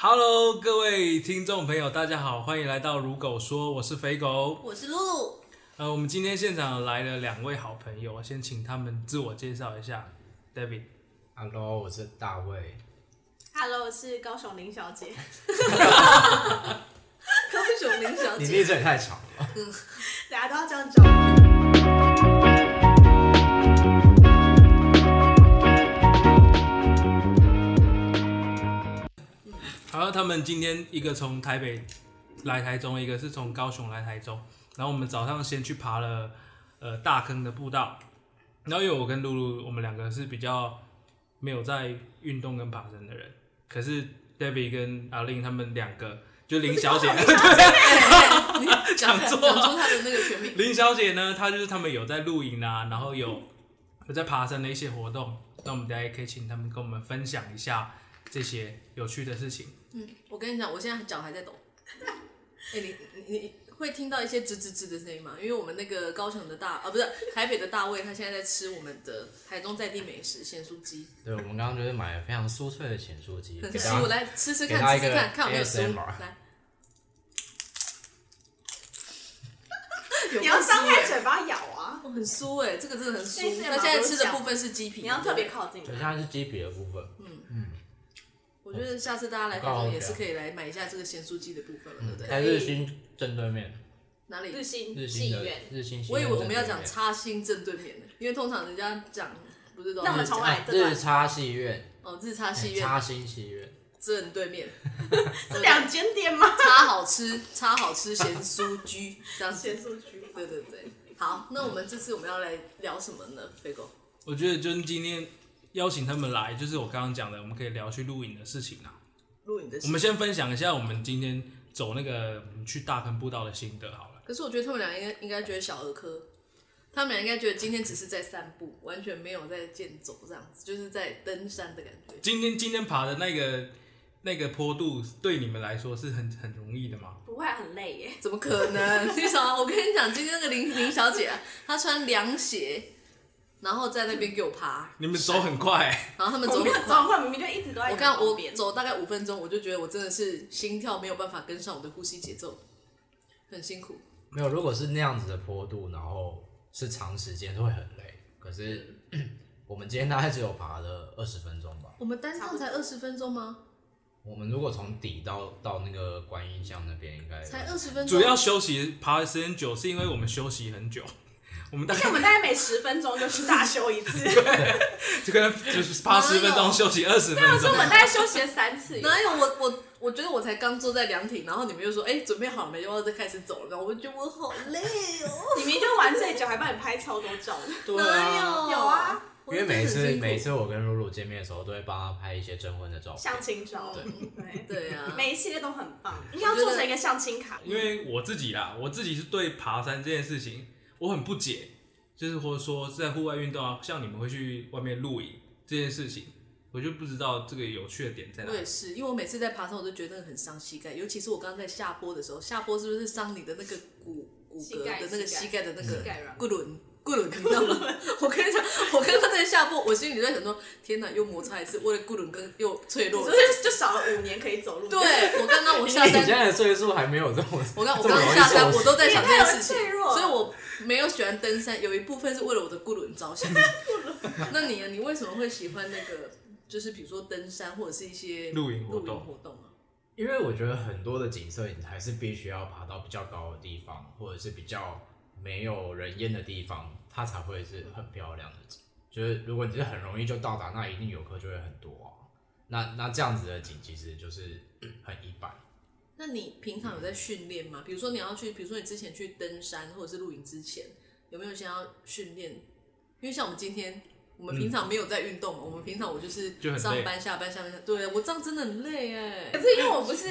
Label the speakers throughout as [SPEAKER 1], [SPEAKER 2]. [SPEAKER 1] Hello，各位听众朋友，大家好，欢迎来到《如狗说》，我是肥狗。
[SPEAKER 2] 我是露露，
[SPEAKER 1] 呃，我们今天现场来了两位好朋友，先请他们自我介绍一下。David，
[SPEAKER 3] Hello，我是大卫。
[SPEAKER 4] Hello，我是高雄林小姐。
[SPEAKER 2] 高雄林小
[SPEAKER 3] 你
[SPEAKER 2] 姐
[SPEAKER 3] 名字也太长了。
[SPEAKER 4] 大家都要这样叫我。
[SPEAKER 1] 好，他们今天一个从台北来台中，一个是从高雄来台中。然后我们早上先去爬了呃大坑的步道，然后因为我跟露露，我们两个是比较没有在运动跟爬山的人，可是 David 跟阿令他们两个，就林小姐，呃
[SPEAKER 2] 哎，你讲
[SPEAKER 1] 讲
[SPEAKER 2] 讲
[SPEAKER 1] 错
[SPEAKER 2] 出她的那个全名，
[SPEAKER 1] 林小姐呢，她就是他们有在露营啊，然后有有在爬山的一些活动，那我们大家也可以请他们跟我们分享一下这些有趣的事情。
[SPEAKER 2] 嗯，我跟你讲，我现在脚还在抖。哎、你你你你会听到一些吱吱吱的声音吗？因为我们那个高雄的大啊，不是台北的大卫，他现在在吃我们的台中在地美食咸酥鸡。
[SPEAKER 3] 对，我们刚刚就是买了非常酥脆的咸酥鸡，
[SPEAKER 2] 很
[SPEAKER 3] 给
[SPEAKER 2] 酥，
[SPEAKER 3] 大家。
[SPEAKER 2] 来吃吃
[SPEAKER 3] 给他
[SPEAKER 2] 看，
[SPEAKER 3] 一
[SPEAKER 2] 吃
[SPEAKER 3] 个
[SPEAKER 2] 吃看，看有没有酥。
[SPEAKER 3] ASMR
[SPEAKER 2] 来，
[SPEAKER 4] 你要张
[SPEAKER 2] 有够酥
[SPEAKER 4] 开
[SPEAKER 2] 哎
[SPEAKER 4] 嘴巴咬啊！
[SPEAKER 2] 哦很酥哎、这个真的很
[SPEAKER 4] 这一
[SPEAKER 2] 酥。
[SPEAKER 4] 次
[SPEAKER 2] 他现在吃的部分是鸡皮，
[SPEAKER 4] 你要特别。靠近
[SPEAKER 3] 对，。现在是鸡皮的部分。
[SPEAKER 2] 嗯我觉得下次大家来台中
[SPEAKER 3] 啊
[SPEAKER 2] 也是可以来买一下这个咸酥鸡的部分了，对不对？
[SPEAKER 3] 在日新正对面，
[SPEAKER 2] 哪里？
[SPEAKER 4] 日新
[SPEAKER 3] 日
[SPEAKER 4] 戏
[SPEAKER 3] 新的
[SPEAKER 4] 院，
[SPEAKER 3] 日新戏
[SPEAKER 2] 我以
[SPEAKER 3] 院
[SPEAKER 2] 为我们要
[SPEAKER 3] 正对
[SPEAKER 2] 讲
[SPEAKER 3] 面
[SPEAKER 2] 插心正对面的，因为通常人家讲不是都
[SPEAKER 4] 那我们
[SPEAKER 2] 是
[SPEAKER 4] 重来
[SPEAKER 3] 哎
[SPEAKER 4] 这段
[SPEAKER 3] 日差戏院，
[SPEAKER 2] 哦日插
[SPEAKER 3] 哎
[SPEAKER 2] 戏院
[SPEAKER 3] 插新戏院，
[SPEAKER 2] 正对面，
[SPEAKER 4] 这两间店 吗？
[SPEAKER 2] 插好吃插好吃咸酥鸡这样
[SPEAKER 4] 结
[SPEAKER 2] 子，
[SPEAKER 4] 束区。
[SPEAKER 2] 对对对。好，那我们这次我们要来聊什么呢？飞狗，
[SPEAKER 1] 我觉得就是今天邀请他们来，就是我刚刚讲的，我们可以聊去露营的事情啊。
[SPEAKER 2] 录影的事
[SPEAKER 1] 我们先分享一下我们今天走那个嗯去大坑步道的心得好了。
[SPEAKER 2] 可是我觉得他们俩应该应该觉得小儿科，他们俩应该觉得今天只是在散步，完全没有在健走这样子，就是在登山的感觉。
[SPEAKER 1] 今天今天爬的那个那个坡度，对你们来说是很很容易的吗？
[SPEAKER 4] 不会啊很累耶，
[SPEAKER 2] 怎么可能？ 为什么？我跟你讲，今天那个林林小姐、啊，她穿凉鞋，然后在那边给我爬，
[SPEAKER 1] 你们走很快、欸，
[SPEAKER 2] 然后他们
[SPEAKER 4] 我
[SPEAKER 2] 走
[SPEAKER 4] 们
[SPEAKER 2] 很
[SPEAKER 4] 的
[SPEAKER 2] 快。
[SPEAKER 4] 状况明明就一直都在
[SPEAKER 2] 我
[SPEAKER 4] 你
[SPEAKER 2] 看
[SPEAKER 4] 旁
[SPEAKER 2] 我
[SPEAKER 4] 边。
[SPEAKER 2] 走大概五分钟，我就觉得我真的是心跳没有办法跟上我的呼吸节奏，很辛苦。
[SPEAKER 3] 没有。如果是那样子的坡度，然后是长时间是会很累。可是我们今天大概只有爬了二十分钟吧。
[SPEAKER 2] 我们单趟才二十分钟吗？
[SPEAKER 3] 我们如果从底到到那个观音巷那边，应该
[SPEAKER 2] 才二十分钟，
[SPEAKER 1] 主要休息爬的时间久，是因为我们休息很久，我们大
[SPEAKER 4] 因为
[SPEAKER 1] 概
[SPEAKER 4] 我们大概每十分钟就去大休一 次，
[SPEAKER 1] 就可能就是爬十分
[SPEAKER 2] 哪
[SPEAKER 1] 钟，
[SPEAKER 2] 有
[SPEAKER 1] 休息二十分
[SPEAKER 4] 所以
[SPEAKER 1] 钟
[SPEAKER 4] 我。们大概休息了三次。
[SPEAKER 2] 哪有我我我觉得我才刚坐在凉亭，然后你们就说哎、准备好了没？又要再开始走了，然后我就觉得我好累哦。
[SPEAKER 4] 你明明就玩醉酒，还帮你拍超多照的。
[SPEAKER 3] 对
[SPEAKER 2] 哪有
[SPEAKER 4] 有啊？
[SPEAKER 3] 因为每次每
[SPEAKER 2] 次
[SPEAKER 3] 次我跟露露见面的时候，都会帮她拍一些征婚的照片。
[SPEAKER 4] 相亲照，对，
[SPEAKER 2] 对啊，
[SPEAKER 4] 每一系列都很棒，应该要做成一个相亲卡。
[SPEAKER 1] 因为我自己啦，我自己是对爬山这件事情我很不解，就是或者说在户外运动啊，像你们会去外面露营这件事情，我就不知道这个有趣的点在哪
[SPEAKER 2] 我
[SPEAKER 1] 里
[SPEAKER 2] 也。是，因为我每次在爬山，我都觉得那个很伤膝盖，尤其是我刚刚在下坡的时候，下坡是不是伤你的那个骨骨
[SPEAKER 4] 膝
[SPEAKER 2] 骼
[SPEAKER 4] 盖
[SPEAKER 2] 的那个
[SPEAKER 4] 膝盖
[SPEAKER 2] 膝盖的那个
[SPEAKER 4] 膝盖软
[SPEAKER 2] 骨轮？骨轮，你知道吗？ 我跟你讲，我刚刚在下坡，我心里在想说，天哪，又摩擦一次，我的骨轮跟又脆弱
[SPEAKER 4] 所
[SPEAKER 2] 了
[SPEAKER 4] 以。就少了五年可以走路。
[SPEAKER 2] 对，我刚刚我下
[SPEAKER 3] 你现
[SPEAKER 2] 山，
[SPEAKER 3] 在的岁数还没有这么，
[SPEAKER 2] 我刚我
[SPEAKER 3] 这么
[SPEAKER 2] 刚
[SPEAKER 3] 容易
[SPEAKER 2] 下山，
[SPEAKER 3] 受
[SPEAKER 2] 我都在
[SPEAKER 4] 你
[SPEAKER 2] 想这
[SPEAKER 4] 太
[SPEAKER 2] 件
[SPEAKER 4] 有
[SPEAKER 2] 事情
[SPEAKER 4] 脆，弱
[SPEAKER 2] 所以我没有喜欢登山，有一部分是为了我的骨轮 着想。那你呢？你为什么会喜欢那个？就是比如说登山或者是一些
[SPEAKER 1] 露营活
[SPEAKER 2] 活
[SPEAKER 1] 动
[SPEAKER 2] 动啊？
[SPEAKER 3] 因为我觉得很多的景色你还是必须要爬到比较高的地方，或者是比较没有人烟的地方，它才会是很漂亮的景。就是如果你是很容易就到达，那一定游客就会很多啊。那那这样子的景其实就是嗯很一 般。
[SPEAKER 2] 那你平常有在训练吗？比如说你要去，比如说你之前去登山或者是露营之前，有没有想要训练？因为像我们今天，我们平常没有在运动嘛，我们平常我就是
[SPEAKER 1] 嗯就很累
[SPEAKER 2] 上班下班下班，下对我这样真的很累哎
[SPEAKER 4] 可。是因为我不是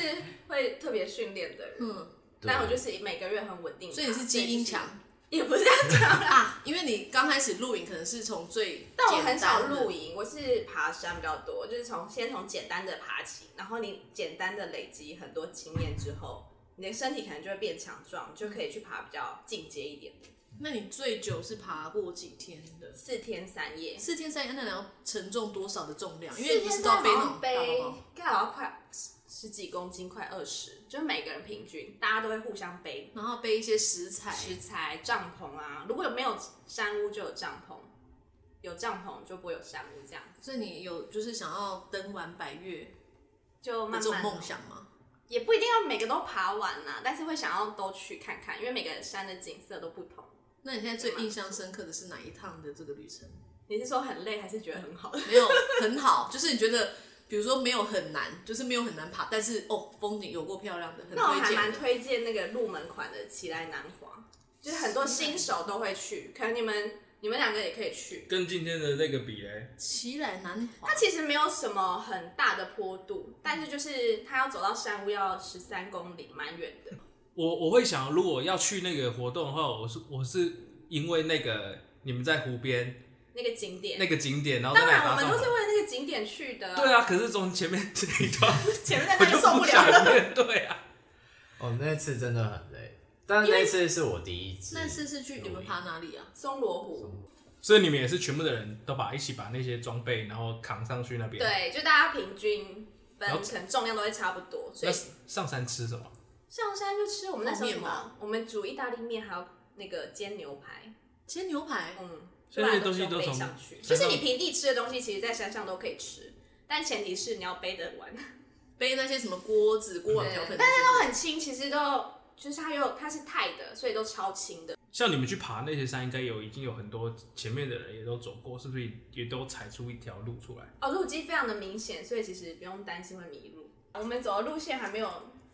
[SPEAKER 4] 会特别训练的人，
[SPEAKER 2] 嗯，
[SPEAKER 3] 对
[SPEAKER 4] 但我就是每个月很稳定。
[SPEAKER 2] 所以你是基因强，
[SPEAKER 4] 也不是这样讲啦。
[SPEAKER 2] 啊，因为你刚开始露营可能是从最
[SPEAKER 4] 但我很少露
[SPEAKER 2] 营，
[SPEAKER 4] 营，我是爬山比较多，就是从先从简单的爬起，然后你简单的累积很多经验之后，你的身体可能就会变强壮，就可以去爬比较进阶一点，
[SPEAKER 2] 那你最久是爬过几天的？
[SPEAKER 4] 四天三夜。
[SPEAKER 2] 四天三夜，那你要承重多少的重量？因
[SPEAKER 4] 四
[SPEAKER 2] 为
[SPEAKER 4] 天
[SPEAKER 2] 不是
[SPEAKER 4] 三
[SPEAKER 2] 都要
[SPEAKER 4] 夜
[SPEAKER 2] 背
[SPEAKER 4] 好
[SPEAKER 2] 那种
[SPEAKER 4] 像背
[SPEAKER 2] 大包包，
[SPEAKER 4] 该好像快十几公斤，快二十，就是每个人平均，大家都会互相背
[SPEAKER 2] 然后背一些食材，
[SPEAKER 4] 食材、帐篷啊。如果有没有山屋就有帐篷，有帐篷就不会有山屋这样子，
[SPEAKER 2] 所以你有就是想要登完百越
[SPEAKER 4] 就
[SPEAKER 2] 的
[SPEAKER 4] 慢
[SPEAKER 2] 这种
[SPEAKER 4] 慢
[SPEAKER 2] 梦想吗？
[SPEAKER 4] 也不一定要每个都爬完啦、但是会想要都去看看，因为每个山的景色都不同。
[SPEAKER 2] 那你现在最印象深刻的是哪一趟的这个 旅程？
[SPEAKER 4] 你是说很累还是觉得很 好？
[SPEAKER 2] 没有很好，就是你觉得，比如说没有很难，就是没有很难爬，但是哦，风景有够漂亮的，很
[SPEAKER 4] 那我还
[SPEAKER 2] 推
[SPEAKER 4] 蛮
[SPEAKER 2] 荐。
[SPEAKER 4] 推荐那个入门款的奇来南华，就是很多新手都会去，可能你们你们两个也可以去。
[SPEAKER 1] 跟今天的那个比嘞，
[SPEAKER 2] 奇来南华
[SPEAKER 4] 它，其实没有什么很大的坡
[SPEAKER 1] 嗯
[SPEAKER 4] 度，但是就是它要走到山屋要十三公里，蛮远的。
[SPEAKER 1] 我我会想，如果要去那个活动的话，我是我是因为那个你们在湖边
[SPEAKER 4] 那个景点，
[SPEAKER 1] 那个景点，然后再
[SPEAKER 4] 当
[SPEAKER 1] 来
[SPEAKER 4] 然
[SPEAKER 1] 搭
[SPEAKER 4] 我们都
[SPEAKER 1] 帐
[SPEAKER 4] 是
[SPEAKER 1] 篷。
[SPEAKER 4] 为了那个景点去的。
[SPEAKER 1] 对，啊，可是从前面这一段
[SPEAKER 4] 前面那
[SPEAKER 1] 我
[SPEAKER 4] 段
[SPEAKER 1] 就
[SPEAKER 4] 就受
[SPEAKER 1] 不
[SPEAKER 4] 了
[SPEAKER 1] 想
[SPEAKER 4] 了。
[SPEAKER 1] 面对啊。
[SPEAKER 3] 哦，那次真的很累，但是那次是我第一次。
[SPEAKER 2] 那次是去你们爬哪里啊？
[SPEAKER 4] 松罗湖，
[SPEAKER 1] 所以你们也是全部的人都把一起把那些装备，然后扛上去那边。。
[SPEAKER 4] 对，就大家平均分，
[SPEAKER 1] 然后
[SPEAKER 4] 可能重量都会差不多，
[SPEAKER 1] 那
[SPEAKER 4] 所以
[SPEAKER 1] 上山吃什么？
[SPEAKER 4] 上山就吃我们那时候什
[SPEAKER 2] 泡面吧
[SPEAKER 4] 么，我们煮意大利面，还有那个煎牛排，
[SPEAKER 2] 煎牛排，
[SPEAKER 4] 嗯，
[SPEAKER 1] 所以那些
[SPEAKER 4] 不然
[SPEAKER 1] 东西
[SPEAKER 4] 是
[SPEAKER 1] 都
[SPEAKER 4] 背
[SPEAKER 1] 从
[SPEAKER 4] 上去，就
[SPEAKER 1] 山
[SPEAKER 4] 是
[SPEAKER 1] 上
[SPEAKER 4] 你平地吃的东西，其实在山上都可以吃，但前提是你要背得 完。
[SPEAKER 2] 背那些什么锅子、锅碗瓢盆，
[SPEAKER 4] 但是都很轻，其实都就是它有它是钛的，所以都超轻的。
[SPEAKER 1] 像你们去爬那些山，应该有已经有很多前面的人也都走过，是不是也都踩出一条路出来？
[SPEAKER 4] 哦，路基非常的明显，所以其实不用担心会迷路。哦我们走的路线还没有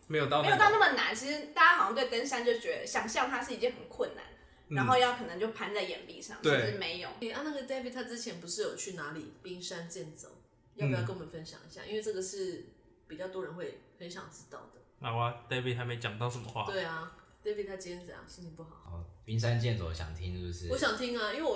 [SPEAKER 1] 没有到
[SPEAKER 4] 没
[SPEAKER 1] 那
[SPEAKER 4] 有到
[SPEAKER 1] 个，
[SPEAKER 4] 那么难，其实大家好像对登山就觉得想象它是一件很困难，然后要可能就攀在岩壁上，其
[SPEAKER 1] 嗯对
[SPEAKER 4] 实没有。
[SPEAKER 2] 诶啊，那个 David 他之前不是有去哪里冰山健走，要不要
[SPEAKER 1] 嗯
[SPEAKER 2] 跟我们分享一下？因为这个是比较多人会很想知道的。
[SPEAKER 1] 那我 David 还没讲到什么话。
[SPEAKER 2] 对啊，David 他今天怎样？心情不好？
[SPEAKER 3] 哦，冰山健走想听就是，
[SPEAKER 2] 我想听啊，因为我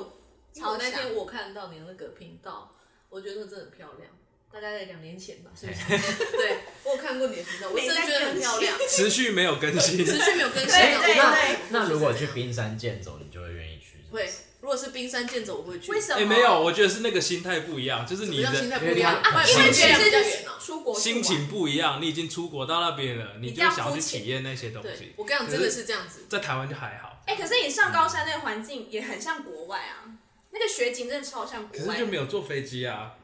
[SPEAKER 2] 因为
[SPEAKER 4] 超
[SPEAKER 2] 我那
[SPEAKER 4] 想
[SPEAKER 2] 天我看到你的那个频道，我觉得那真的很漂亮。大概在两年前吧，是不是？对，我有看过你的频 道，我真的觉得很漂亮，
[SPEAKER 1] 持续没有更新，
[SPEAKER 2] 持续没有更新
[SPEAKER 4] 对对
[SPEAKER 2] 啊。我不知道
[SPEAKER 4] 对
[SPEAKER 3] 哎那如果
[SPEAKER 2] 是
[SPEAKER 3] 去
[SPEAKER 2] 怎样
[SPEAKER 3] 冰山健走，你就会愿意去。是不是
[SPEAKER 2] 会，如果是冰山健走，我会 去。
[SPEAKER 4] 为什
[SPEAKER 1] 哎、
[SPEAKER 4] 么？
[SPEAKER 1] 没有，我觉得是那个心态不一样，就是
[SPEAKER 2] 什
[SPEAKER 1] 你
[SPEAKER 2] 么叫心
[SPEAKER 1] 的
[SPEAKER 2] 态不一样？
[SPEAKER 3] 因为
[SPEAKER 2] 啊
[SPEAKER 3] 他
[SPEAKER 4] 因为
[SPEAKER 2] 不然
[SPEAKER 4] 觉
[SPEAKER 2] 你
[SPEAKER 4] 得
[SPEAKER 2] 去
[SPEAKER 4] 就
[SPEAKER 2] 比较远
[SPEAKER 4] 是
[SPEAKER 2] 哦
[SPEAKER 4] 出国去
[SPEAKER 1] 心
[SPEAKER 4] 玩
[SPEAKER 1] 情不一样，你已经出国到那边了，你
[SPEAKER 4] 你这
[SPEAKER 1] 就
[SPEAKER 4] 样
[SPEAKER 1] 想要去
[SPEAKER 4] 肤浅
[SPEAKER 1] 体验那些东
[SPEAKER 2] 对
[SPEAKER 1] 西，。
[SPEAKER 2] 我跟你讲，
[SPEAKER 1] 可是
[SPEAKER 2] 真的是这样子。
[SPEAKER 1] 在台湾就还好，
[SPEAKER 4] 哎、可是你上高山那个环境也很像国外啊，那个雪景真的超像
[SPEAKER 1] 可
[SPEAKER 4] 国
[SPEAKER 1] 是
[SPEAKER 4] 外
[SPEAKER 1] 就。没有坐飞机啊。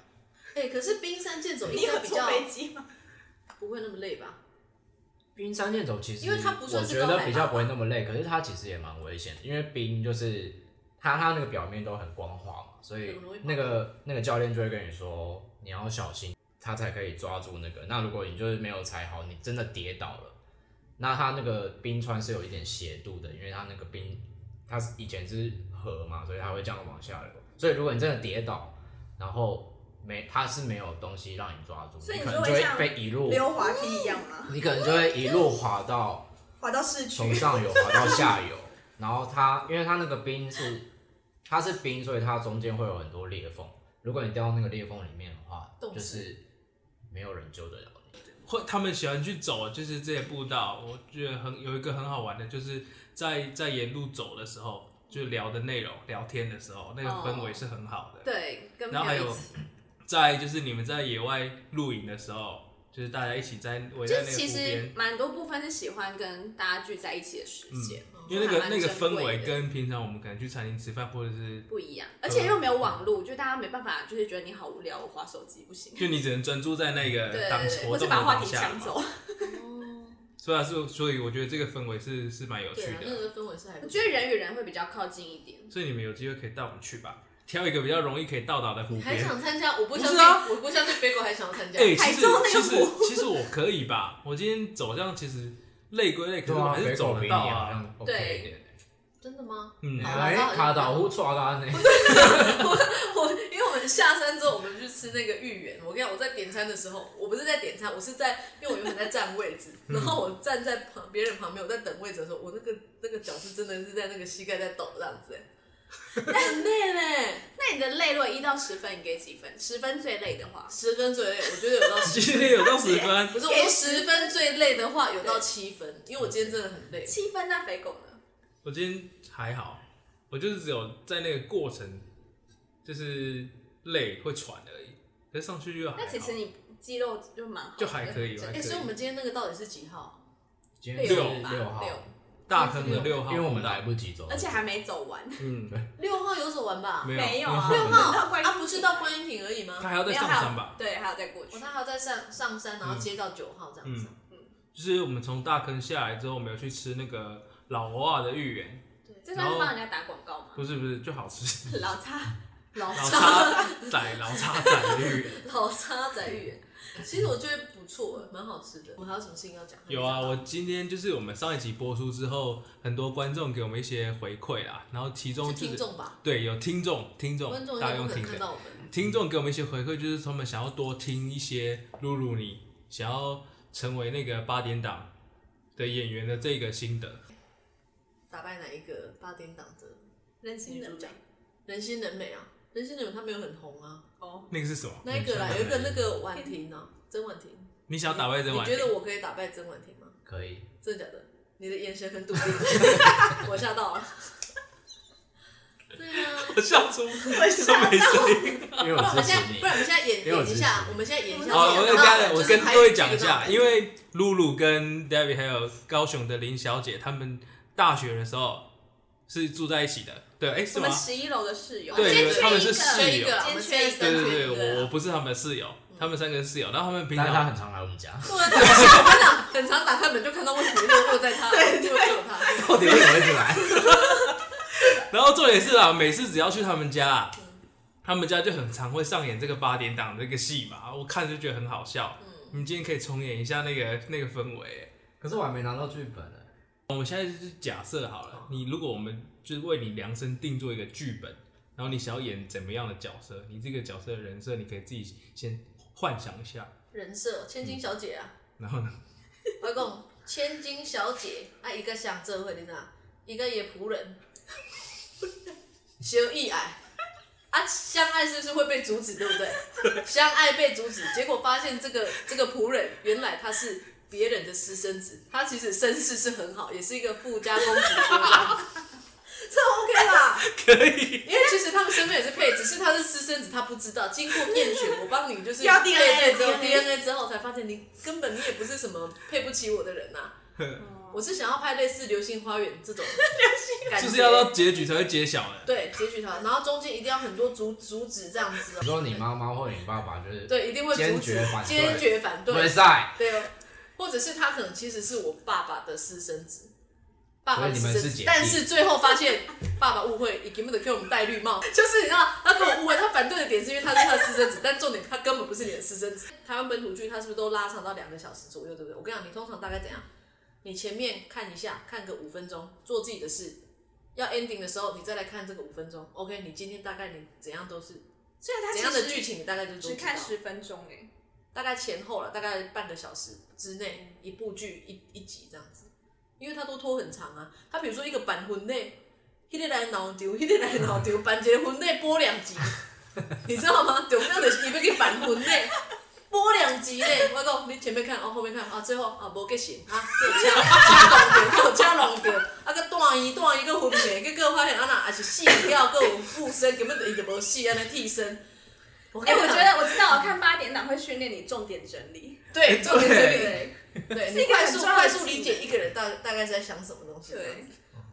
[SPEAKER 2] 哎、可是冰山健走
[SPEAKER 4] 你
[SPEAKER 2] 应
[SPEAKER 4] 有
[SPEAKER 2] 该比
[SPEAKER 4] 坐
[SPEAKER 2] 较
[SPEAKER 4] 飞机吗？
[SPEAKER 2] 不会那么累吧？
[SPEAKER 3] 冰山健走其实，
[SPEAKER 2] 因为它不算
[SPEAKER 3] 我
[SPEAKER 2] 是
[SPEAKER 3] 觉
[SPEAKER 2] 高海
[SPEAKER 3] 得
[SPEAKER 2] 拔
[SPEAKER 3] 比较不会那么累，可是它其实也蛮危险的，因为冰就是它它那个表面都很光滑嘛，所以
[SPEAKER 2] 很容易滑
[SPEAKER 3] 那个那个教练就会跟你说你要小心，它才可以抓住那个。那如果你就是没有踩好，你真的跌倒了，那它那个冰川是有一点斜度的，因为它那个冰它是以前是河嘛，所以它会这样往下流。所以如果你真的跌倒，然后没它是没有东西让你抓住，
[SPEAKER 4] 所以
[SPEAKER 3] 你
[SPEAKER 4] 你
[SPEAKER 3] 可
[SPEAKER 4] 就
[SPEAKER 3] 能
[SPEAKER 4] 会
[SPEAKER 3] 就会
[SPEAKER 4] 像
[SPEAKER 3] 被一
[SPEAKER 1] 哦
[SPEAKER 3] 路，
[SPEAKER 4] 溜滑梯一样吗？
[SPEAKER 3] 你可能就会一路滑到。
[SPEAKER 4] 滑到市区
[SPEAKER 3] 从？上游滑到下游，然后它因为它那个冰是它是冰，所以它中间会有很多裂缝。如果你掉到那个裂缝里面的话，
[SPEAKER 2] 冻死
[SPEAKER 3] 就是没有人救得了你。
[SPEAKER 1] 会他们喜欢去走，就是这些步道，我觉得很有一个很好玩的，就是在在沿路走的时候，就聊的内容、聊天的时候，那个氛围是很好的。
[SPEAKER 4] 对，跟
[SPEAKER 1] 然后
[SPEAKER 4] 朋
[SPEAKER 1] 还
[SPEAKER 4] 友
[SPEAKER 1] 有
[SPEAKER 4] 哦一起。
[SPEAKER 1] 在就是你们在野外露营的时候，就是大家一起在围在
[SPEAKER 4] 就
[SPEAKER 1] 那
[SPEAKER 4] 是
[SPEAKER 1] 个
[SPEAKER 4] 其
[SPEAKER 1] 湖
[SPEAKER 4] 实
[SPEAKER 1] 边，
[SPEAKER 4] 蛮多部分是喜欢跟大家聚在一起的时间，
[SPEAKER 1] 嗯因为那个
[SPEAKER 4] 嗯还蛮
[SPEAKER 1] 那个
[SPEAKER 4] 珍贵的
[SPEAKER 1] 氛围跟平常我们可能去餐厅吃饭，或者是
[SPEAKER 4] 不一样，而且又没有网络，就大家没办法，就是觉得你好无聊，我滑手机 不行。
[SPEAKER 1] 就你只能专注在那个
[SPEAKER 4] 嗯对
[SPEAKER 1] 当
[SPEAKER 4] 对对，
[SPEAKER 1] 活动
[SPEAKER 4] 或者
[SPEAKER 1] 的
[SPEAKER 4] 把话
[SPEAKER 1] 当
[SPEAKER 4] 题
[SPEAKER 1] 下
[SPEAKER 4] 抢
[SPEAKER 1] 嘛。
[SPEAKER 4] 走。
[SPEAKER 2] 哦，
[SPEAKER 1] 所以啊是所以我觉得这个氛围是是蛮有趣
[SPEAKER 2] 对啊，那
[SPEAKER 1] 的，
[SPEAKER 2] 个氛围是还
[SPEAKER 4] 我
[SPEAKER 2] 不
[SPEAKER 4] 觉
[SPEAKER 2] 错。
[SPEAKER 4] 得人与人会比较靠近一 点。
[SPEAKER 1] 所以你们有机会可以带我们去吧，挑一个比较容易可以到达的湖
[SPEAKER 2] 你还
[SPEAKER 1] 边。
[SPEAKER 2] 想参加？我不相
[SPEAKER 1] 不
[SPEAKER 2] 信，
[SPEAKER 1] 是啊
[SPEAKER 2] 我不相信 Bagel 还想要参加。
[SPEAKER 1] 哎、
[SPEAKER 4] 台
[SPEAKER 1] 其实
[SPEAKER 4] 中那个
[SPEAKER 1] 其实
[SPEAKER 4] 湖
[SPEAKER 1] 其实我可以吧，我今天走这样其实累归累，可是我还是走得到啊。
[SPEAKER 3] o
[SPEAKER 4] 对
[SPEAKER 3] k 一点。
[SPEAKER 2] 真的吗？
[SPEAKER 1] 嗯，
[SPEAKER 2] 好啦
[SPEAKER 3] 哎
[SPEAKER 2] 那我，
[SPEAKER 3] 卡岛湖抓到呢，
[SPEAKER 2] 我因为我们下山之后，我们去吃那个芋圆。我跟你讲，我在点餐的时候，我不是在点餐，我是在因为我原本在占位置，
[SPEAKER 4] 嗯
[SPEAKER 2] 然后我站在旁别人旁边，我在等位置的时候，我那个那个脚是真的是在那个膝盖在抖这样子、哎很累嘞。
[SPEAKER 4] 那你的累，如果一到十分，你给几分？十分最累的话，
[SPEAKER 2] 十分最累，我觉得有到十
[SPEAKER 1] 今天有到十分，
[SPEAKER 2] 不是，我说十分最累的话有到七分，因为我今天真的很累。
[SPEAKER 4] 七分啊那肥狗呢？
[SPEAKER 1] 我今天还好，我就是只有在那个过程就是累会喘而已，可是上去就还好。
[SPEAKER 4] 那其实你肌肉就蛮好的，
[SPEAKER 1] 就还可以
[SPEAKER 4] 整
[SPEAKER 1] 还
[SPEAKER 2] 哎、
[SPEAKER 1] 可以
[SPEAKER 2] 所以我们今天那个到底是几号？
[SPEAKER 3] 今天
[SPEAKER 4] 六
[SPEAKER 3] 是
[SPEAKER 4] 吧
[SPEAKER 3] 六号，
[SPEAKER 4] 六
[SPEAKER 1] 大坑的六
[SPEAKER 3] 因
[SPEAKER 1] 号，
[SPEAKER 3] 为我们来，不及走，
[SPEAKER 4] 而且还没走完，
[SPEAKER 1] 嗯，
[SPEAKER 2] 六号有走完吧？
[SPEAKER 1] 没有
[SPEAKER 4] 没有啊
[SPEAKER 2] 六
[SPEAKER 4] 我们到
[SPEAKER 2] 号
[SPEAKER 4] 观音
[SPEAKER 2] 啊，
[SPEAKER 4] 亭
[SPEAKER 2] 不是到观音亭而已吗？
[SPEAKER 1] 他还要再
[SPEAKER 4] 没有
[SPEAKER 1] 上
[SPEAKER 4] 还有
[SPEAKER 1] 山吧？
[SPEAKER 4] 对，还有再过去
[SPEAKER 2] 哦，，他还要再上上山，
[SPEAKER 4] 嗯
[SPEAKER 2] 然后接到九号这样子。
[SPEAKER 1] 就是我们从大坑下来之后，我们有去吃那个老欧的芋圆，
[SPEAKER 4] 这算是帮人家打广告吗？
[SPEAKER 1] 不是不是，就好吃，
[SPEAKER 4] 老差，
[SPEAKER 2] 老
[SPEAKER 1] 老叉仔老叉仔芋圆。
[SPEAKER 2] 老沙仔芋圆，其实我觉得不错，蛮好吃的。我们还有什么事情要讲？
[SPEAKER 1] 有啊，我今天就是我们上一集播出之后，很多观众给我们一些回馈啦，然后其中
[SPEAKER 2] 是
[SPEAKER 1] 就
[SPEAKER 2] 听
[SPEAKER 1] 是
[SPEAKER 2] 众吧，
[SPEAKER 1] 对有听众听众
[SPEAKER 2] 观众
[SPEAKER 1] 大家
[SPEAKER 2] 应该
[SPEAKER 1] 用
[SPEAKER 2] 不可
[SPEAKER 1] 听
[SPEAKER 2] 能看
[SPEAKER 1] 的
[SPEAKER 2] 到我们。
[SPEAKER 1] 听众给我们一些回馈，就是他们想要多听一些露露你想要成为那个八点档的演员的这个心得。
[SPEAKER 2] 打败哪一个八点档的
[SPEAKER 4] 任
[SPEAKER 2] 女
[SPEAKER 4] 性
[SPEAKER 2] 主角
[SPEAKER 4] 人？
[SPEAKER 2] 人心人美啊，人心人美她没有很红啊。
[SPEAKER 4] 哦，
[SPEAKER 1] 那个是什么？
[SPEAKER 2] 那一个啦，
[SPEAKER 3] 人
[SPEAKER 2] 有一
[SPEAKER 3] 心人美
[SPEAKER 2] 个那个婉婷啊，曾婉婷。
[SPEAKER 1] 你嗯想要打败这
[SPEAKER 2] 你
[SPEAKER 1] 碗？
[SPEAKER 2] 觉得我可以打败曾婉婷吗？
[SPEAKER 3] 可以。
[SPEAKER 2] 真的假的？你的眼神很 笃定，我吓到了。对啊，
[SPEAKER 1] 我笑出，为什么没声音？
[SPEAKER 3] 因为
[SPEAKER 2] 不
[SPEAKER 3] 我
[SPEAKER 2] 然我
[SPEAKER 3] 支
[SPEAKER 2] 们现
[SPEAKER 3] 持
[SPEAKER 2] 在，
[SPEAKER 3] 你
[SPEAKER 2] 不，然我们现在演
[SPEAKER 3] 因为我
[SPEAKER 2] 演一
[SPEAKER 3] 支持
[SPEAKER 2] 下，
[SPEAKER 3] 你
[SPEAKER 2] 我们现在演一 下。
[SPEAKER 1] 好，我跟大哦家，我跟各位讲一下，因
[SPEAKER 2] 为
[SPEAKER 1] 为露露跟 David 还有高雄的林小姐，他们大学的时候是住在一起的，对，哎、
[SPEAKER 4] 我
[SPEAKER 1] 是吗
[SPEAKER 4] 们？十一楼的室友，
[SPEAKER 1] 对
[SPEAKER 4] 先
[SPEAKER 1] 对他们是
[SPEAKER 4] 缺
[SPEAKER 1] 室
[SPEAKER 4] 一
[SPEAKER 1] 友
[SPEAKER 4] 个，
[SPEAKER 2] 我
[SPEAKER 4] 先
[SPEAKER 2] 们
[SPEAKER 4] 缺一
[SPEAKER 2] 缺
[SPEAKER 4] 个，
[SPEAKER 2] 一
[SPEAKER 1] 对
[SPEAKER 2] 个
[SPEAKER 1] 对对，
[SPEAKER 4] 先缺一
[SPEAKER 1] 我
[SPEAKER 4] 个嗯
[SPEAKER 1] 我不是他们的室友，他们三个是室友，然后他们平
[SPEAKER 3] 但是他
[SPEAKER 1] 常
[SPEAKER 3] 很常来我们家。
[SPEAKER 2] 对啊， 我跟你讲，很常打开门就看到为什么落落在他，对对，落他。
[SPEAKER 3] 到底为什么会进来？
[SPEAKER 1] 然后重点是啊，每次只要去他们家、啊，他们家就很常会上演这个八点档的这个戏嘛，我看就觉得很好笑。
[SPEAKER 4] 嗯
[SPEAKER 1] 你今天可以重演一下那个那个氛围、
[SPEAKER 3] 可是我还没拿到剧本呢。
[SPEAKER 1] 我们现在就是假设好了，你如果我们就是为你量身定做一个剧本，然后你想要演怎么样的角色，你这个角色的人设，你可以自己先幻想一下。
[SPEAKER 2] 人设千金小姐啊，
[SPEAKER 1] 然 后呢，
[SPEAKER 2] 我讲千金小姐啊，一个想这会你知道，一个也仆人，相义爱啊，相爱是不是会被阻止，对不对？相爱被阻止，结果发现这个这个仆人原来他是别人的私生子，他其实身世是很好，也是一个富家公子对吧这 OK 啦，
[SPEAKER 1] 可以，
[SPEAKER 2] 因为其实他们身份也是配，只是他是私生子，他不知道。经过验血，我帮你就是
[SPEAKER 4] 要
[SPEAKER 2] 配
[SPEAKER 4] DNA
[SPEAKER 2] 对之后
[SPEAKER 4] DNA
[SPEAKER 2] DNA 之后，才发现你根本你也不是什么配不起我的人呐、啊我是想要拍类似《流星花园》这种流
[SPEAKER 1] 就是要到结局才会揭晓的。
[SPEAKER 2] 对结局条，然后中间一定要很多阻阻止这样子、哦。
[SPEAKER 3] 你说你妈妈或你爸爸就是
[SPEAKER 2] 对，一定会阻
[SPEAKER 3] 坚
[SPEAKER 2] 止
[SPEAKER 3] 决反，对
[SPEAKER 2] 坚决反
[SPEAKER 3] 不会
[SPEAKER 2] 对，
[SPEAKER 3] 赛，
[SPEAKER 2] 对，哦或者是他可能其实是我爸爸的私生子。爸爸
[SPEAKER 3] 所以
[SPEAKER 2] 的
[SPEAKER 3] 你
[SPEAKER 2] 私
[SPEAKER 3] 们
[SPEAKER 2] 生
[SPEAKER 3] 是姐
[SPEAKER 2] 子
[SPEAKER 3] 弟，
[SPEAKER 2] 但是最后发现爸爸误会，已经不得给我们戴绿帽，就是你知道他跟我误会，他反对的点是因为他是他的私生子，但重点他根本不是你的私生子。台湾本土剧它是不是都拉长到两个小时左右，对不对？我跟你讲，你通常大概怎样？你前面看一下，看个五分钟，做自己的事，要 ending 的时候你再来看这个五分钟。OK，你今天大概你怎样都是
[SPEAKER 4] 所以他
[SPEAKER 2] 怎样的
[SPEAKER 4] 其实
[SPEAKER 2] 剧情，你大概就都
[SPEAKER 4] 只
[SPEAKER 2] 知
[SPEAKER 4] 看
[SPEAKER 2] 道
[SPEAKER 4] 十分钟哎，
[SPEAKER 2] 大概前后了，大概半个小时之内一部剧一一集这样子，因为它都拖很长啊。它比如说一个版魂内，迄、那个来脑丢，迄、那个来脑丢，版一个魂内播两集，你知道吗？重要的是你要去版魂内。播两集嘞，我讲你前面看，哦后面看，啊最后啊无结成啊，叫车车弄掉，叫车弄掉，啊个断伊断伊个昏迷，结果发现啊那也是死掉，个有附身，根本就伊就无死，安尼替身。我
[SPEAKER 4] 哎，
[SPEAKER 2] 跟你
[SPEAKER 4] 我
[SPEAKER 2] 讲
[SPEAKER 4] 觉得我知道，我看八点档会训练你重点整理，
[SPEAKER 2] 对，重点这里。
[SPEAKER 4] 对
[SPEAKER 2] 对，
[SPEAKER 4] 是
[SPEAKER 2] 你
[SPEAKER 4] 一个
[SPEAKER 2] 快
[SPEAKER 4] 很
[SPEAKER 2] 速
[SPEAKER 4] 重要的
[SPEAKER 2] 快速
[SPEAKER 4] 技
[SPEAKER 2] 理解一个人大大概是在想什么东西。
[SPEAKER 4] 对，，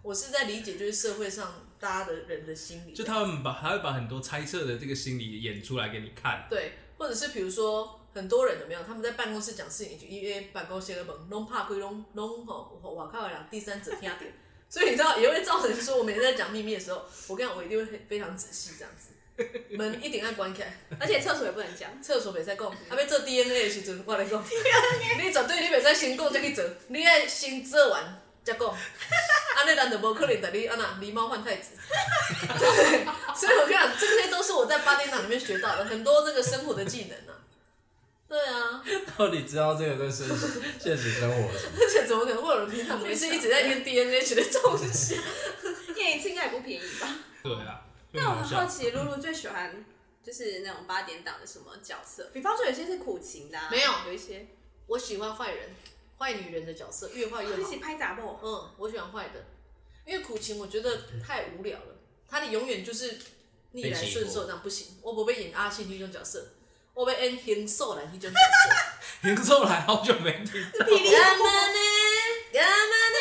[SPEAKER 2] 我是在理解就是社会上大家的人的心理，
[SPEAKER 1] 就他们把还会把很多猜测的这个心理演出来给你看，
[SPEAKER 2] 对，或者是比如说很多人有没有他们在办公室讲事情，就因为办公室的门拢怕鬼拢拢吼，我靠啦，第三者听点，所以你知道也会造成说我每次在讲秘密的时候，我跟你讲我一定会很非常仔细这样子。门一定要关起来，
[SPEAKER 4] 而且厕所也不能 讲，
[SPEAKER 2] 厕所袂使讲，啊要做 DNA 的时阵，我来讲，你绝对你袂使先讲再去做，你爱先做完再讲，安尼咱就无可能带你安那狸猫换太子。对，所以我跟你讲，这些都是我在八点档里面学到的很多那个生活的技能啊。对啊，
[SPEAKER 3] 到底知道这个跟现现实生活有什么？
[SPEAKER 2] 而且怎么可能会有人平常没事一直在念 DNA 学的东西？
[SPEAKER 4] 验一次应该也不便宜吧？
[SPEAKER 1] 对啊，
[SPEAKER 4] 那我
[SPEAKER 1] 很
[SPEAKER 4] 很
[SPEAKER 1] 好笑。
[SPEAKER 4] 好奇，露露最喜欢就是那种八点档的什么角色？比方说有些是苦情的、啊，
[SPEAKER 2] 没有
[SPEAKER 4] 有一些
[SPEAKER 2] 我喜欢坏人、坏女人的角色，越坏越
[SPEAKER 4] 一
[SPEAKER 2] 好
[SPEAKER 4] 起。拍杂报，
[SPEAKER 2] 嗯，我喜欢坏的，因为苦情我觉得太无聊了，他的永远就是逆来顺受，这样不行。我不被演阿信那种角色，我被因很瘦了，你就 很瘦。
[SPEAKER 1] 您后来好久没听到，
[SPEAKER 4] 霹雳
[SPEAKER 2] 干嘛呢？干嘛呢？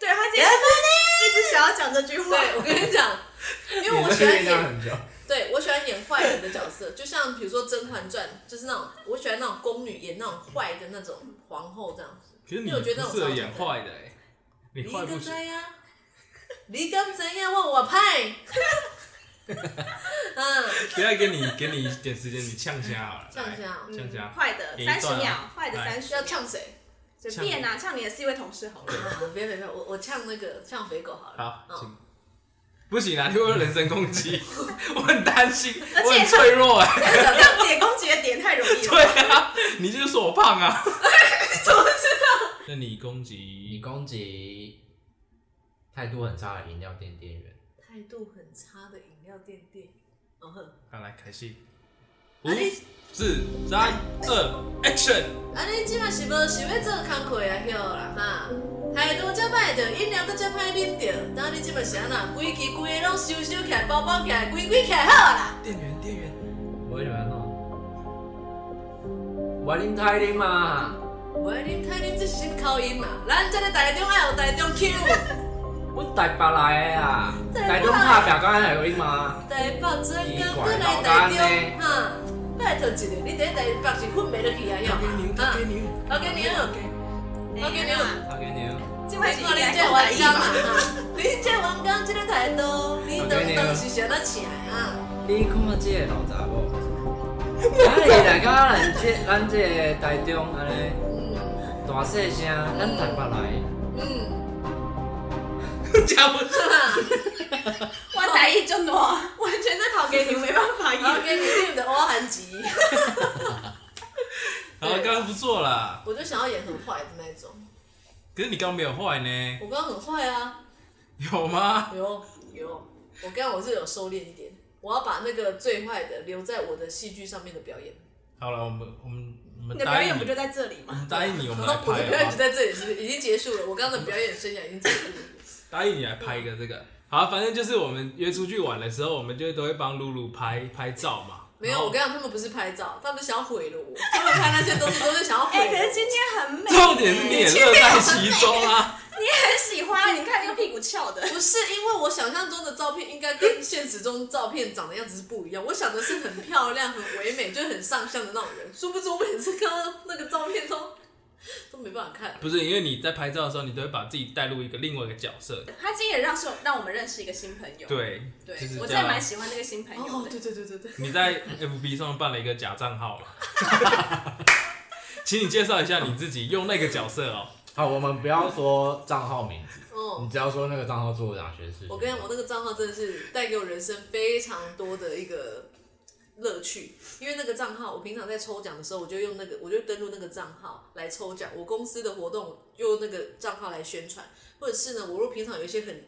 [SPEAKER 4] 对他自己
[SPEAKER 2] 干嘛呢？
[SPEAKER 4] 一直想要讲这句话，
[SPEAKER 2] 对，我跟你讲，因为我
[SPEAKER 3] 你
[SPEAKER 2] 喜
[SPEAKER 3] 这
[SPEAKER 2] 欢演
[SPEAKER 3] 边讲很久，
[SPEAKER 2] 对，我喜欢演坏人的角色，就像比如说《甄嬛传》，就是那种我喜欢那种宫女演那种坏的那种皇后这样子。
[SPEAKER 1] 其实你
[SPEAKER 2] 因为我觉得那
[SPEAKER 1] 不
[SPEAKER 2] 种
[SPEAKER 1] 适合
[SPEAKER 2] 造
[SPEAKER 1] 演
[SPEAKER 2] 成的
[SPEAKER 1] 坏的哎，你
[SPEAKER 2] 你
[SPEAKER 1] 坏不
[SPEAKER 2] 敢
[SPEAKER 1] 起
[SPEAKER 2] 怎。样？你敢怎样？问我派？嗯，
[SPEAKER 1] 不要给你给你一点时间，你呛虾好了，
[SPEAKER 2] 呛虾
[SPEAKER 1] 来呛虾。
[SPEAKER 4] 快嗯的
[SPEAKER 1] 演
[SPEAKER 4] 三
[SPEAKER 1] 一
[SPEAKER 4] 十
[SPEAKER 1] 段
[SPEAKER 4] 秒
[SPEAKER 1] 啊，
[SPEAKER 4] 快的
[SPEAKER 1] 来
[SPEAKER 4] 三十
[SPEAKER 2] 要
[SPEAKER 4] 秒，
[SPEAKER 2] 呛谁？
[SPEAKER 4] 随便啊，呛你的是一位同事好了。
[SPEAKER 2] 啊别别别，我我呛那个呛肥狗好了。
[SPEAKER 1] 好，
[SPEAKER 2] 嗯
[SPEAKER 1] 请。不行啊，你会不会人身攻击？ 我很担心，
[SPEAKER 4] 而且
[SPEAKER 1] 我很脆弱哎。
[SPEAKER 4] 这样子也攻击的点太容易了。
[SPEAKER 1] 对啊，你就是说我胖啊。你怎么知道？那你攻
[SPEAKER 3] 你
[SPEAKER 1] 击
[SPEAKER 3] 攻击态度很差的饮料店店员，
[SPEAKER 2] 态度很差的饮料店店员，然后
[SPEAKER 1] 好来开戏，五
[SPEAKER 2] 啊你
[SPEAKER 1] 四三二，Action！
[SPEAKER 2] 啊你即嘛是无想要做工课啊，晓啦哈。态度遮歹着，饮料都遮歹啉着，当你即嘛是安那，规矩规个拢收收起来，包包起来，规规起来好啦。
[SPEAKER 1] 店员，店 员，
[SPEAKER 3] 我喜欢弄。我啉太啉嘛，
[SPEAKER 2] 我啉太啉这是心口音嘛，咱这个台中爱有台中腔，
[SPEAKER 3] 阮台北来的啊，
[SPEAKER 2] 台
[SPEAKER 3] 台
[SPEAKER 2] 中
[SPEAKER 3] 中
[SPEAKER 2] 打
[SPEAKER 3] 拍表干还有啉嘛，
[SPEAKER 2] 台北专工转来台中哈。拜托一个，你第一台北是困袂落去啊，晓
[SPEAKER 1] 牛，
[SPEAKER 2] 啦
[SPEAKER 1] 大给。牛，
[SPEAKER 2] 老给牛，
[SPEAKER 4] 哎
[SPEAKER 2] 老给牛。
[SPEAKER 3] 好给你，
[SPEAKER 4] 这
[SPEAKER 2] 我
[SPEAKER 4] 块
[SPEAKER 2] 看
[SPEAKER 4] 是
[SPEAKER 2] 你
[SPEAKER 4] 应该
[SPEAKER 2] 这
[SPEAKER 4] 讲
[SPEAKER 2] 玩
[SPEAKER 4] 台语
[SPEAKER 2] 家嘛
[SPEAKER 4] 吧？，
[SPEAKER 2] 你这玩家这个态度，你当当是想得起来啊？
[SPEAKER 3] 你看我这个老查某，哪里来个咱这咱这个台中安尼
[SPEAKER 2] 嗯
[SPEAKER 3] 大细声，咱台北来的。
[SPEAKER 2] 嗯，
[SPEAKER 1] 加不
[SPEAKER 2] 是吧？
[SPEAKER 4] 我台语就孬，完全在跑给你，没办法
[SPEAKER 2] 然后
[SPEAKER 4] 演。
[SPEAKER 2] 给你练的欧韩籍，
[SPEAKER 1] 好，刚刚不错啦。
[SPEAKER 2] 我就想要演很坏的那种。
[SPEAKER 1] 可是你刚刚没有坏呢，
[SPEAKER 2] 我刚刚很坏啊，
[SPEAKER 1] 有吗？
[SPEAKER 2] 有有，我刚刚我是有收敛一点，我要把那个最坏的留在我的戏剧上面的表演。
[SPEAKER 1] 好了，我们我们我
[SPEAKER 4] 你
[SPEAKER 1] 们
[SPEAKER 4] 的表
[SPEAKER 1] 答应
[SPEAKER 4] 演不就
[SPEAKER 1] 你，
[SPEAKER 4] 在这里
[SPEAKER 1] 我
[SPEAKER 4] 吗？
[SPEAKER 1] 们答应你，我们来
[SPEAKER 2] 我的表
[SPEAKER 1] 拍
[SPEAKER 2] 演
[SPEAKER 1] 好
[SPEAKER 2] 就
[SPEAKER 1] 不好
[SPEAKER 2] 在这里，是不是已经结束了？我刚刚的表演生涯已经结束了。
[SPEAKER 1] 答应你来拍一个这个。好，反正就是我们约出去玩的时候，我们就都会帮露露拍拍照嘛。
[SPEAKER 2] 没
[SPEAKER 1] 然
[SPEAKER 2] 有，
[SPEAKER 1] 后
[SPEAKER 2] 我跟你讲，他们不是拍照，他们想要毁了我。他们拍那些东西都是想要毁
[SPEAKER 4] 哎，可
[SPEAKER 2] 了
[SPEAKER 4] 是
[SPEAKER 2] 我。
[SPEAKER 4] 今天很美，
[SPEAKER 1] 重点是你也乐在其中 啊。
[SPEAKER 4] 你很喜欢，你看那个屁股翘的。
[SPEAKER 2] 不是因为我想象中的照片应该跟现实中照片长的样子是不一样，我想的是很漂亮、很唯美，就是很上相的那种人。殊不知我每次看到那个照片都都没办法看。
[SPEAKER 1] 不是因为你在拍照的时候，你都会把自己带入一个另外一个角色，
[SPEAKER 4] 他今天也让是让我们认识一个新朋友。，
[SPEAKER 1] 对，
[SPEAKER 4] 对
[SPEAKER 1] 就是
[SPEAKER 4] 我
[SPEAKER 1] 这
[SPEAKER 4] 真的
[SPEAKER 1] 样啊
[SPEAKER 4] 蛮。喜欢那个新朋友
[SPEAKER 2] 哦，
[SPEAKER 4] 的。
[SPEAKER 2] 对对对对对，
[SPEAKER 1] 你在 FB 上办了一个假账号嘛？请你介绍一下你自己用那个角色哦。
[SPEAKER 3] 好，我们不要说账号名字，
[SPEAKER 2] 哦
[SPEAKER 1] 嗯
[SPEAKER 3] 你，只要说那个账号做了哪些事情。
[SPEAKER 2] 我跟你讲，我那个账号真的是带给我人生非常多的一个乐趣，因为那个账号，我平常在抽奖的时候，我就用那个，我就登录那个账号来抽奖。我公司的活动用那个账号来宣传，或者是呢，我如果平常有一些很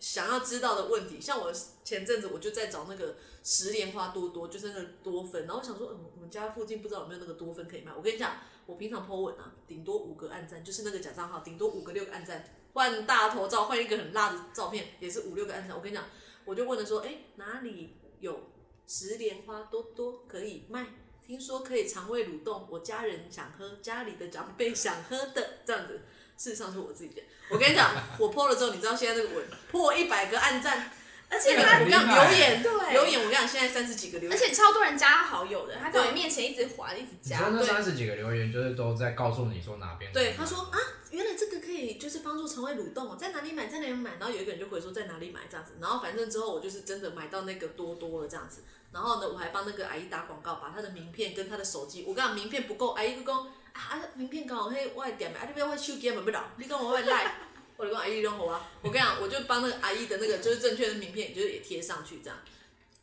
[SPEAKER 2] 想要知道的问题，像我前阵子我就在找那个十莲花多多，就是那个多酚，然后我想说，嗯，我们家附近不知道有没有那个多酚可以卖。我跟你讲，我平常 po 文啊，顶多五个暗赞，就是那个假账号，顶多五个六个暗赞，换大头照，换一个很辣的照片，也是五六个暗赞。我跟你讲，我就问了说，哎、哪里有石莲花多多可以卖？听说可以肠胃蠕动，我家人想喝，家里的长辈想喝的，这样子。事实上是我自己的。我跟你讲，我 po 了之后，你知道现在那个文破一百个暗赞，
[SPEAKER 4] 而且
[SPEAKER 2] 这个
[SPEAKER 4] 他
[SPEAKER 2] 我跟你讲留言，
[SPEAKER 4] 对
[SPEAKER 2] 留言，我跟你讲，现在三十几个留
[SPEAKER 4] 而
[SPEAKER 2] 言，
[SPEAKER 4] 且超多人加他好友的，他在我
[SPEAKER 2] 对
[SPEAKER 4] 面前一直滑，一直
[SPEAKER 3] 你
[SPEAKER 4] 加
[SPEAKER 3] 说。那
[SPEAKER 2] 对
[SPEAKER 3] 三十几个留言，就是都在告诉你说哪边。
[SPEAKER 2] 对，他说啊，原来这个可以就是帮助肠胃蠕动哦，在哪里买，在哪里买。然后有一个人就回说在哪里买这样子，然后反正之后我就是真的买到那个多多了这样子。然后呢，我还帮那个阿姨打广告，把她的名片跟她的手机，我跟她名片不够，阿姨就讲啊，啊名片刚好迄我的店的，啊你要我的手机嘛要留，你讲我会赖， 我就讲阿姨扔给我啊，我跟你讲，我就帮那个阿姨的那个就是正确的名片，就是也贴上去这样，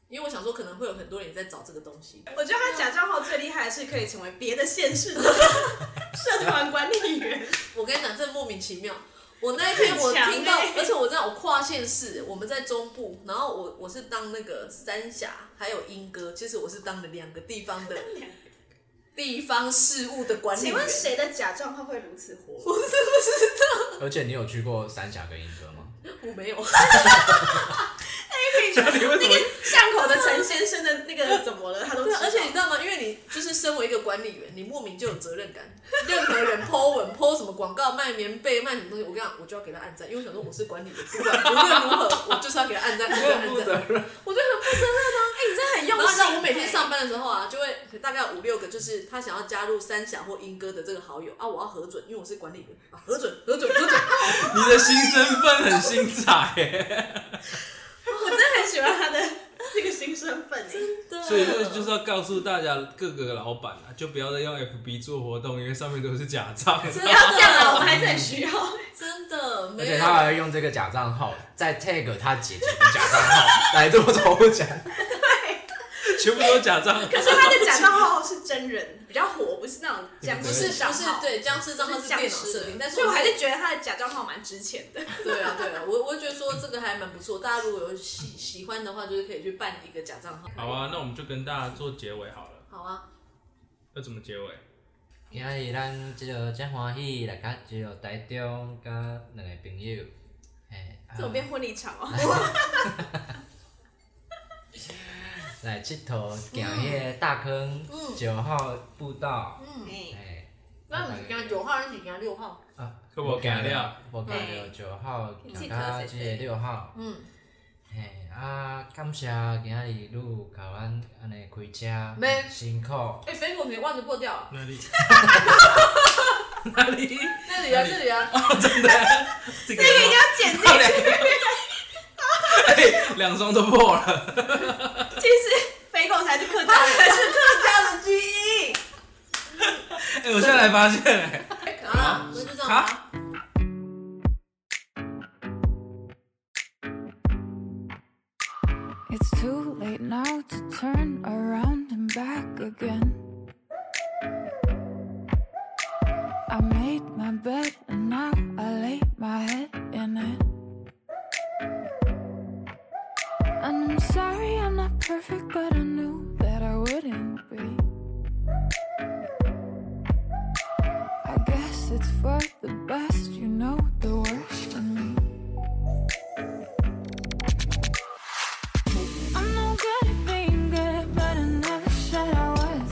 [SPEAKER 2] 因为我想说可能会有很多人也在找这个东西。
[SPEAKER 4] 我觉得他假账号最厉害的是可以成为别的县市的社团管理员。
[SPEAKER 2] 我跟你讲，这莫名其妙。我那一天我听到
[SPEAKER 4] 很强欸，
[SPEAKER 2] 而且我知道我跨县市，我们在中部，然后我我是当那个三峡还有莺歌，其实我是当了两个地方的地方事务的管理
[SPEAKER 4] 请
[SPEAKER 2] 员。
[SPEAKER 4] 问谁的假账号会如此火？
[SPEAKER 3] 呃而且你有去过三峡跟莺歌吗？
[SPEAKER 2] 我没有，
[SPEAKER 4] 你跟你说，那个巷口的陈先生的那个怎么了，他都知
[SPEAKER 2] 对，
[SPEAKER 4] 道。
[SPEAKER 2] 而且你知道吗？因为你就是身为一个管理员，你莫名就有责任感。任何人 po 文、po 什么广告、卖棉被、卖什么东西，我跟你讲，我就要给他按赞，因为我想说我是管理员，不管无论如何，我就是要给他按赞、按赞、按
[SPEAKER 3] 负
[SPEAKER 2] 赞。
[SPEAKER 3] 责任，
[SPEAKER 2] 我就很负责任啊！
[SPEAKER 4] 哎，你真的很
[SPEAKER 2] 然
[SPEAKER 4] 用
[SPEAKER 2] 后你
[SPEAKER 4] 心
[SPEAKER 2] 知
[SPEAKER 4] 欸。
[SPEAKER 2] 道我每天上班的时候啊，就会大概有五六个，就是他想要加入三峡或英哥的这个好友啊，我要核准，因为我是管理员啊，核准、核准、核准。
[SPEAKER 1] 你的新身份很新彩耶，
[SPEAKER 4] 我真的很喜欢他的这个新身份欸
[SPEAKER 1] 所以这就是要告诉大家各个老板啊，就不要再用 FB 做活动，因为上面都是假账。
[SPEAKER 2] 真
[SPEAKER 4] 不要这样啊了，我们
[SPEAKER 2] 的，
[SPEAKER 4] 还是很需要。
[SPEAKER 2] 真的
[SPEAKER 3] 而
[SPEAKER 2] 没
[SPEAKER 3] 且
[SPEAKER 2] 有。
[SPEAKER 3] 他还会用这个假账号再 tag 他姐姐的假账号来做抽奖，
[SPEAKER 1] 全部都假账。
[SPEAKER 4] 可是他的假账号是真人， 比较火，不是那种僵
[SPEAKER 2] 不
[SPEAKER 4] 尸
[SPEAKER 2] 是
[SPEAKER 4] 账
[SPEAKER 2] 不是
[SPEAKER 4] 号。
[SPEAKER 2] 对僵尸账号
[SPEAKER 4] 不
[SPEAKER 2] 是
[SPEAKER 4] 僵
[SPEAKER 2] 电脑
[SPEAKER 4] 尸
[SPEAKER 2] 设
[SPEAKER 4] 的
[SPEAKER 2] 定，但是
[SPEAKER 4] 所以我还
[SPEAKER 2] 是
[SPEAKER 4] 是觉得他的假账号蛮值钱 的。
[SPEAKER 2] 对啊，对啊，我我觉得说这个还蛮不错，大家如果有喜喜欢的话，就是可以去办一个假账号。
[SPEAKER 1] 好啊，那我们就跟大家做结尾好了。
[SPEAKER 2] 好啊，
[SPEAKER 1] 要怎么结尾？
[SPEAKER 3] 今日咱即个真欢喜来到即个台中，甲两个朋友，嘿，啊
[SPEAKER 4] 这种变婚礼场哦，
[SPEAKER 3] 来佚佗，行迄个大坑
[SPEAKER 2] 嗯
[SPEAKER 3] 九号步道，
[SPEAKER 2] 嗯，
[SPEAKER 4] 哎，
[SPEAKER 3] 嘿，
[SPEAKER 2] 那我们讲九号，你讲六号，
[SPEAKER 3] 啊，
[SPEAKER 1] 去无行了，
[SPEAKER 3] 无行了九号，行到
[SPEAKER 4] 嘿
[SPEAKER 3] 即个六号，
[SPEAKER 2] 嗯，
[SPEAKER 3] 嘿，啊，感谢今日你有甲咱安尼开车，
[SPEAKER 2] 没
[SPEAKER 3] 辛苦，
[SPEAKER 2] 哎，水果你的袜子破掉了，
[SPEAKER 1] 哪里？ 哪里？
[SPEAKER 2] 那里啊，这里 啊，
[SPEAKER 1] 真的？这个
[SPEAKER 4] 这个一定要剪 进去。
[SPEAKER 1] 哎两双都破了。
[SPEAKER 4] 其实肥狗才是客家
[SPEAKER 2] 啊
[SPEAKER 4] 人，才是客家的基因。
[SPEAKER 1] 哎，我现在才发现哎。
[SPEAKER 2] 好啦，啊那就这样
[SPEAKER 1] 好
[SPEAKER 2] 吧。
[SPEAKER 5] It's too late now to turn around and back again. I made my bed and now I lay my head in it. And I'm sorry I'm not perfect, but I knew that I wouldn't be. I guess it's for the best, you know the worst in me. I'm no good at being good, but I never said I was.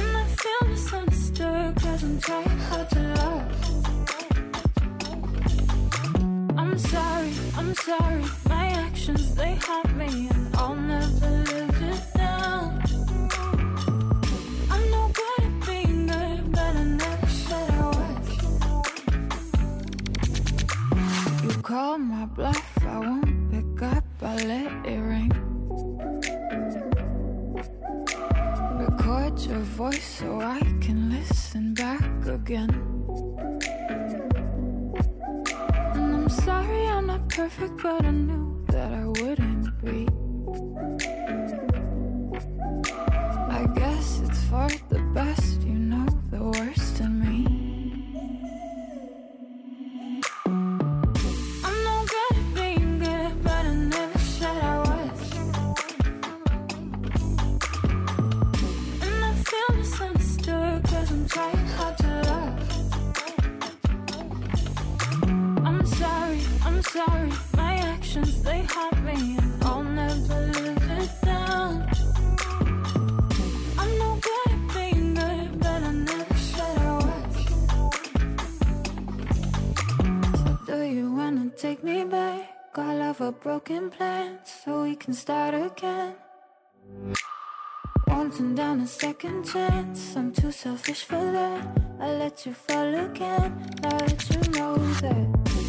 [SPEAKER 5] And I feel misunderstood, cause I'm trying hard to love. I'm sorry, I'm sorry, my actions they haunt me, and I'll never live it down. I'm no good at being good, but I never said I was. You call my bluff, I won't pick up, I let it ring. Record your voice so I can listen back again. And I'm sorry I'm not perfect, but I knew that I wouldn't be. I guess it's for the best, you know the worst in me. I'm no good at being good, but I never said I was. And I feel misunderstood, cause I'm trying hard to love. I'm sorry, I'm sorry, my actions they haunt me, and I'll never live it down. I'm no good at being good, but I never said I was. So do you wanna take me back? All of our broken plans, so we can start again. Wanting down a second chance, I'm too selfish for that. I let you fall again. Now that you know that Mm.